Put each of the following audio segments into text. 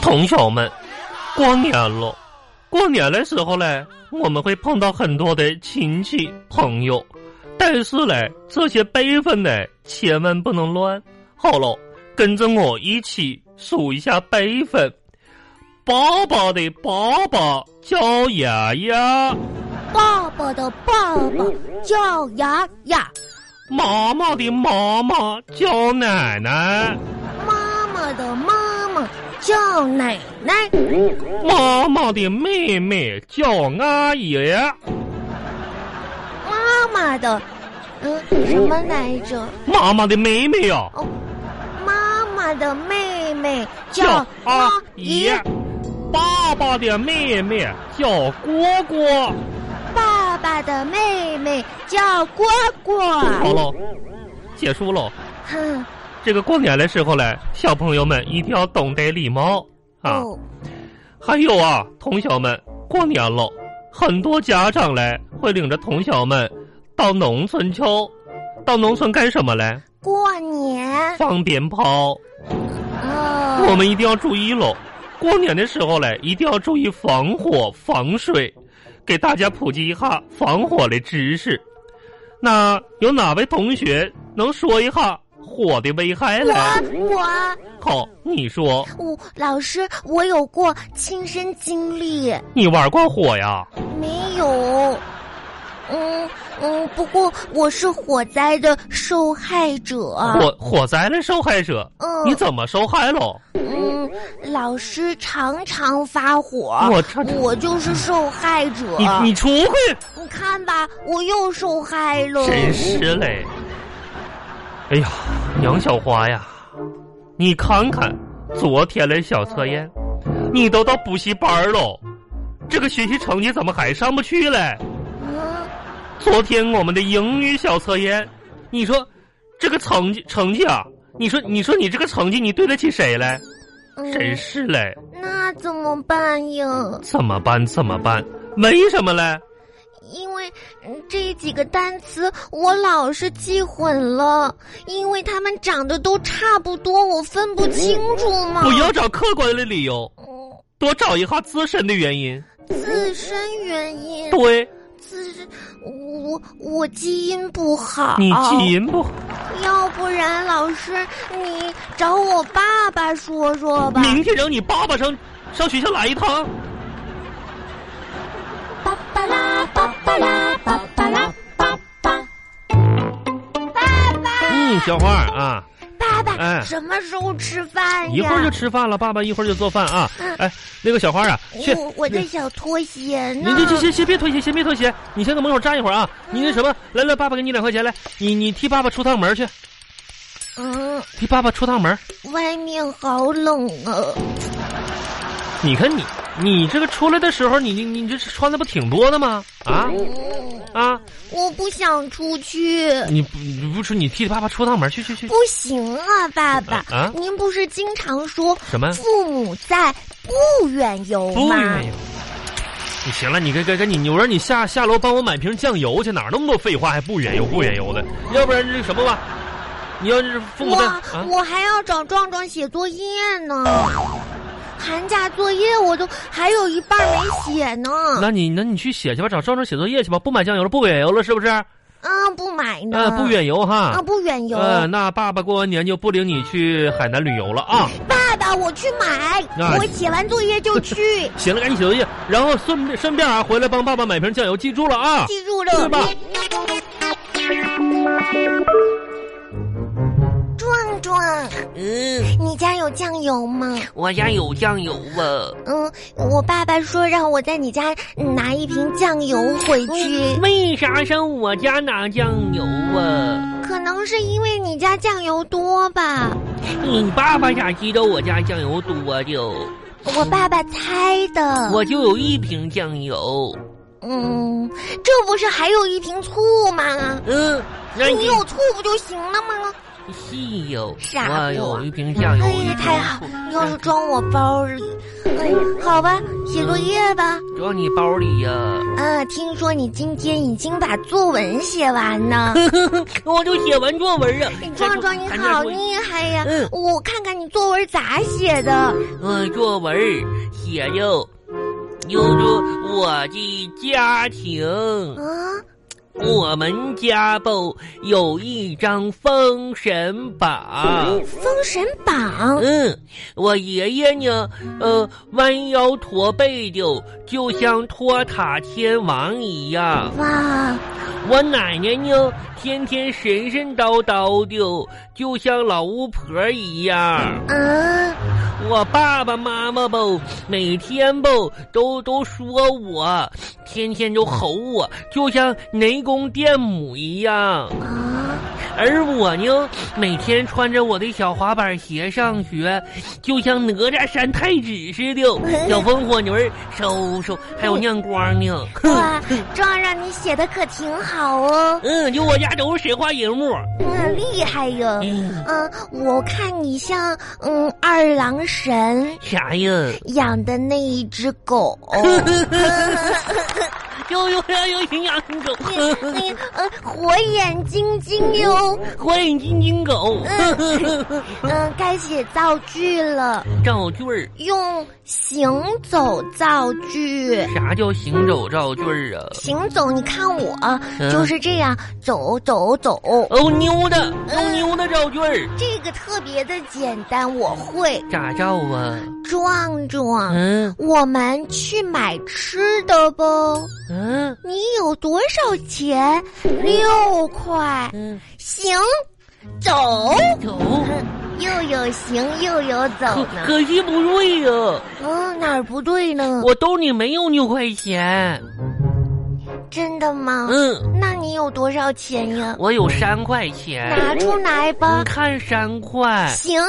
同学们，过年了，过年的时候呢，我们会碰到很多的亲戚朋友，但是呢，这些辈分呢，千万不能乱。好了，跟着我一起数一下辈分。爸爸的爸爸叫牙牙，爸爸的爸爸叫雅雅，妈妈的妈妈叫奶奶，妈妈的妈妈叫奶奶，妈妈的妹妹叫阿姨。妈妈的，嗯，什么来着？妈妈的妹妹呀、哦，妈妈的妹妹叫阿姨，啊爸爸的妹妹叫蝈蝈。爸爸的妹妹叫蝈好蝈。了，结束了。哼，这个过年的时候嘞，小朋友们一定要懂得礼貌啊。哦，还有啊，同学们，过年了，很多家长嘞会领着同学们到农村去，哦到农村干什么嘞？过年放鞭炮。我哦，们一定要注意喽。过年的时候嘞，一定要注意防火防水，给大家普及一下防火的知识。那有哪位同学能说一下火的危害嘞？我我。好，你说我老师，我有过亲身经历，你玩过火呀？没有。嗯嗯，不过我是火灾的受害者。火火灾的受害者，啊嗯你怎么受害喽？嗯，老师常常发火，我这这我就是受害者。你你出去！你看吧，我又受害了。真是嘞！哎呀，杨小花呀，你看看昨天的小测验，你都到补习班喽，这个学习成绩怎么还上不去嘞？嗯，昨天我们的英语小测验，你说这个成绩成绩啊，你说你说你这个成绩你对得起谁嘞？嗯真是嘞，那怎么办呀？怎么办？怎么办？为什么嘞？因为嗯这几个单词我老是记混了，因为它们长得都差不多，我分不清楚嘛。不要找客观的理由，嗯多找一下自身的原因。自身原因，对自身我我基因不好，你基因不好。要不然老师你找我爸爸说说吧。啊明天让你爸爸上上学校来一趟。巴巴拉巴巴拉巴巴拉巴巴，爸爸嗯，小花儿啊，爸爸、哎什么时候吃哎饭呀？一会儿就吃饭了，爸爸一会儿就做饭啊嗯。哎，那个小花儿啊，去，哦我我在想拖鞋你呢。你这先先别脱鞋，先别脱鞋，你先在门口站一会儿啊。你那什么，来来，爸爸给你两块钱，来，你你替爸爸出趟门去，嗯，替爸爸出趟门。外面好冷啊。你看你你这个出来的时候，你你你这穿的不挺多的吗？啊嗯，啊，我不想出去。你不你不出，你替爸爸出趟门去去去不。行啊，爸爸！啊啊您不是经常说什么父母在，不远游不吗？愿意。你行了，你该该该你，我让你下下楼帮我买瓶酱油去，哪儿那么多废话，还不远游不远游的，要不然这什么吧？你要是父母在我、啊，我还要找壮壮写作业呢，寒假作业我都还有一半没写呢。那你那你去写去吧，找赵正写作业去吧，不买酱油了，不远游了，是不是？啊、啊，不买呢。不远游啊，哈。不远游。呃，那爸爸过完年就不领你去海南旅游了啊。爸爸，我去买，那。我写完作业就去 行了，赶紧写作业，然后顺便顺便啊，回来帮爸爸买瓶酱油，记住了啊。记住了，是吧壮壮，嗯，你家有酱油吗？我家有酱油啊。嗯，我爸爸说让我在你家拿一瓶酱油回去，为啥上我家拿酱油啊？可能是因为你家酱油多吧。你爸爸咋知道我家酱油多啊就？我爸爸猜的。我就有一瓶酱油。嗯，这不是还有一瓶醋吗？嗯，那你你有醋不就行了吗？是有，傻瓜我有一瓶酱油。哎呀，太好！你要是装我包里，哎呀，好吧，写作业吧。装你包里呀、啊，听说你今天已经把作文写完 呢，我就写完作文了。壮壮你咱这好说厉害呀！嗯我看看你作文咋写的。嗯，作文儿写着，就说我的家庭，啊，我们家吧有一张封神榜。 《封神榜》嗯，我爷爷呢，呃，弯腰驼背的，就像托塔天王一样。哇，我奶奶呢，天天神神叨叨的，就像老巫婆一样。啊，我爸爸妈妈吧，每天吧都都说我，天天都吼我，就像雷公电母一样。啊，而我呢，每天穿着我的小滑板鞋上学，就像哪吒山太子 似的，小风火轮儿收收，还有亮光呢。嗯哇，壮让你写的可挺好哦， 嗯，就我家都是神话人物。嗯，厉害哟。嗯，嗯，我看你像嗯二郎神啥呀？ 养的那一只狗。哎又又又又营养狗，哎呀呃，火眼金睛哟，火眼金睛狗， 嗯，该写造句了，造句儿。用行走造句。啥叫行走造句儿啊？行走，你看我嗯就是这样走走走，哦，妞的，嗯哦妞的造句儿，这个特别的简单，我会。咋造啊？壮壮，嗯我们去买吃的吧。嗯你有多少钱？六块。嗯，行，走。走，又有行又有走可呢。可惜不对呀、嗯，哪儿不对呢？我兜里没有六块钱。真的吗？嗯，那你有多少钱呀？我有三块钱。拿出来吧你。看三块，行，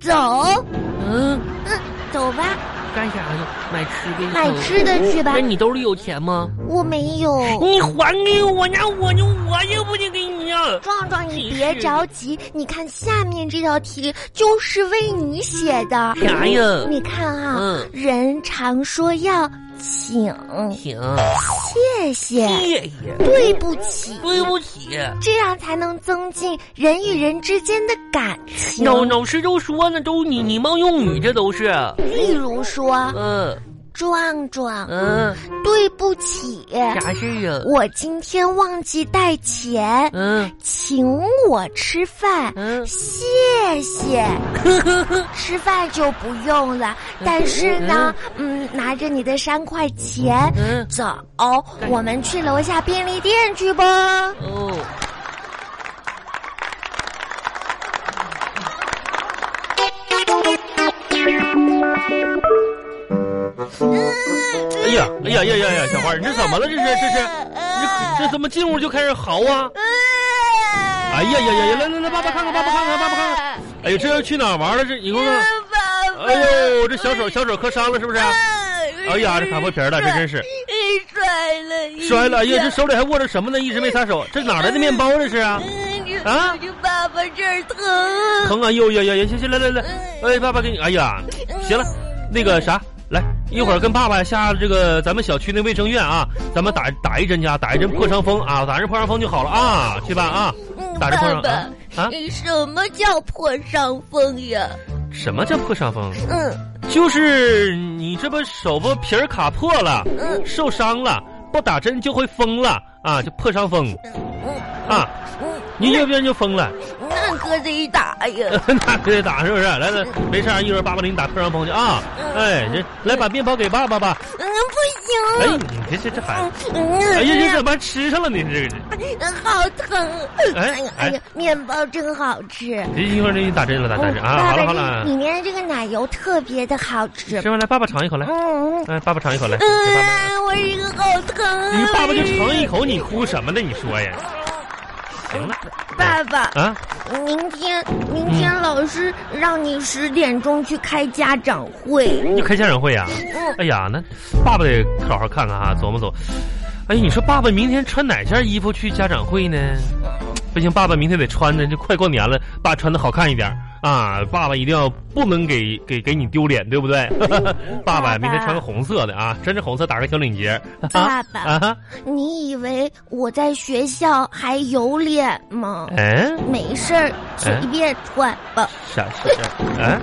走。嗯，嗯，走吧，干啥呀？买吃的。买吃的去吧嗯那。你兜里有钱吗？我没有。你还给我，那我就我就不得给你呀、壮壮，你别着急，你看下面这道题就是为你写的。啥呀你看啊，嗯人常说要请、行，谢谢、谢谢，对不起，嗯对不起。这样才能增进人与人之间的感情。老老师都说呢，都你你冒用语，这都是。例如说，嗯壮壮，嗯，对不起，啥事儿啊？我今天忘记带钱，嗯请我吃饭。嗯，谢谢，吃饭就不用了，但是呢，嗯，拿着你的三块钱，嗯走，我们去楼下便利店去吧。哦，哎呀，哎呀呀呀呀，小花，你这怎么了？这是这是，这这怎么进屋就开始嚎啊？哎呀呀呀呀！来来来，爸爸看看，爸爸看看，爸爸看看。哎呀，这要去哪儿玩了？这你看看，爸哎呦，这小手小手磕伤了是不是？哎呀，这卡破皮儿了，这真是摔了一摔了！哎呀，这手里还握着什么呢？一直没撒手，这哪来的面包这是啊？啊这爸爸这儿疼。疼啊！呦呀呀呀！行行，来来来，哎，爸爸给你。哎呀，行了，那个啥，来一会儿跟爸爸下这个咱们小区那卫生院啊，咱们打打一针去啊，打一针破伤风啊，打一针破伤风就好了啊，去吧啊，嗯，打着破伤风爸爸啊，啊，你什么叫破伤风呀？什么叫破伤风？嗯就是你这不手不皮儿卡破了，嗯受伤了，不打针就会疯了啊，就破伤风嗯啊，嗯，你要不然就疯了， 那可得打呀。那可得打是不是？来来，没事儿，一会儿爸爸给你打破伤风去啊，哎，这来把面包给爸爸吧。嗯，哎，不行。啊你这这这孩子，嗯，哎呀，这怎么吃上了你这个？嗯好疼！哎哎呀哎哎呀，面包真好吃。这一会儿给你打针了，打打针嗯啊！好了好爸爸这了，啊里面这个奶油特别的好吃。吃完来，爸爸尝一口来，嗯嗯哎，爸爸尝一口来，给爸爸，嗯，我这个好疼啊。你爸爸就尝一口，你哭什么呢？你说呀，行了爸爸，啊，明天明天老师让你十点钟去开家长会。又开家长会呀？嗯， 哎呀，那爸爸得好啊好看看哈，琢磨琢磨。哎，你说爸爸明天穿哪件衣服去家长会呢？不行，爸爸明天得穿着，这快过年了，爸穿的好看一点啊！爸爸一定要不能给给给你丢脸，对不对？嗯 爸爸明天穿个红色的啊，穿着红色打个小领结。爸 爸啊哈，你以为我在学校还有脸吗？哎，没事儿，随便穿吧。啥事？哎，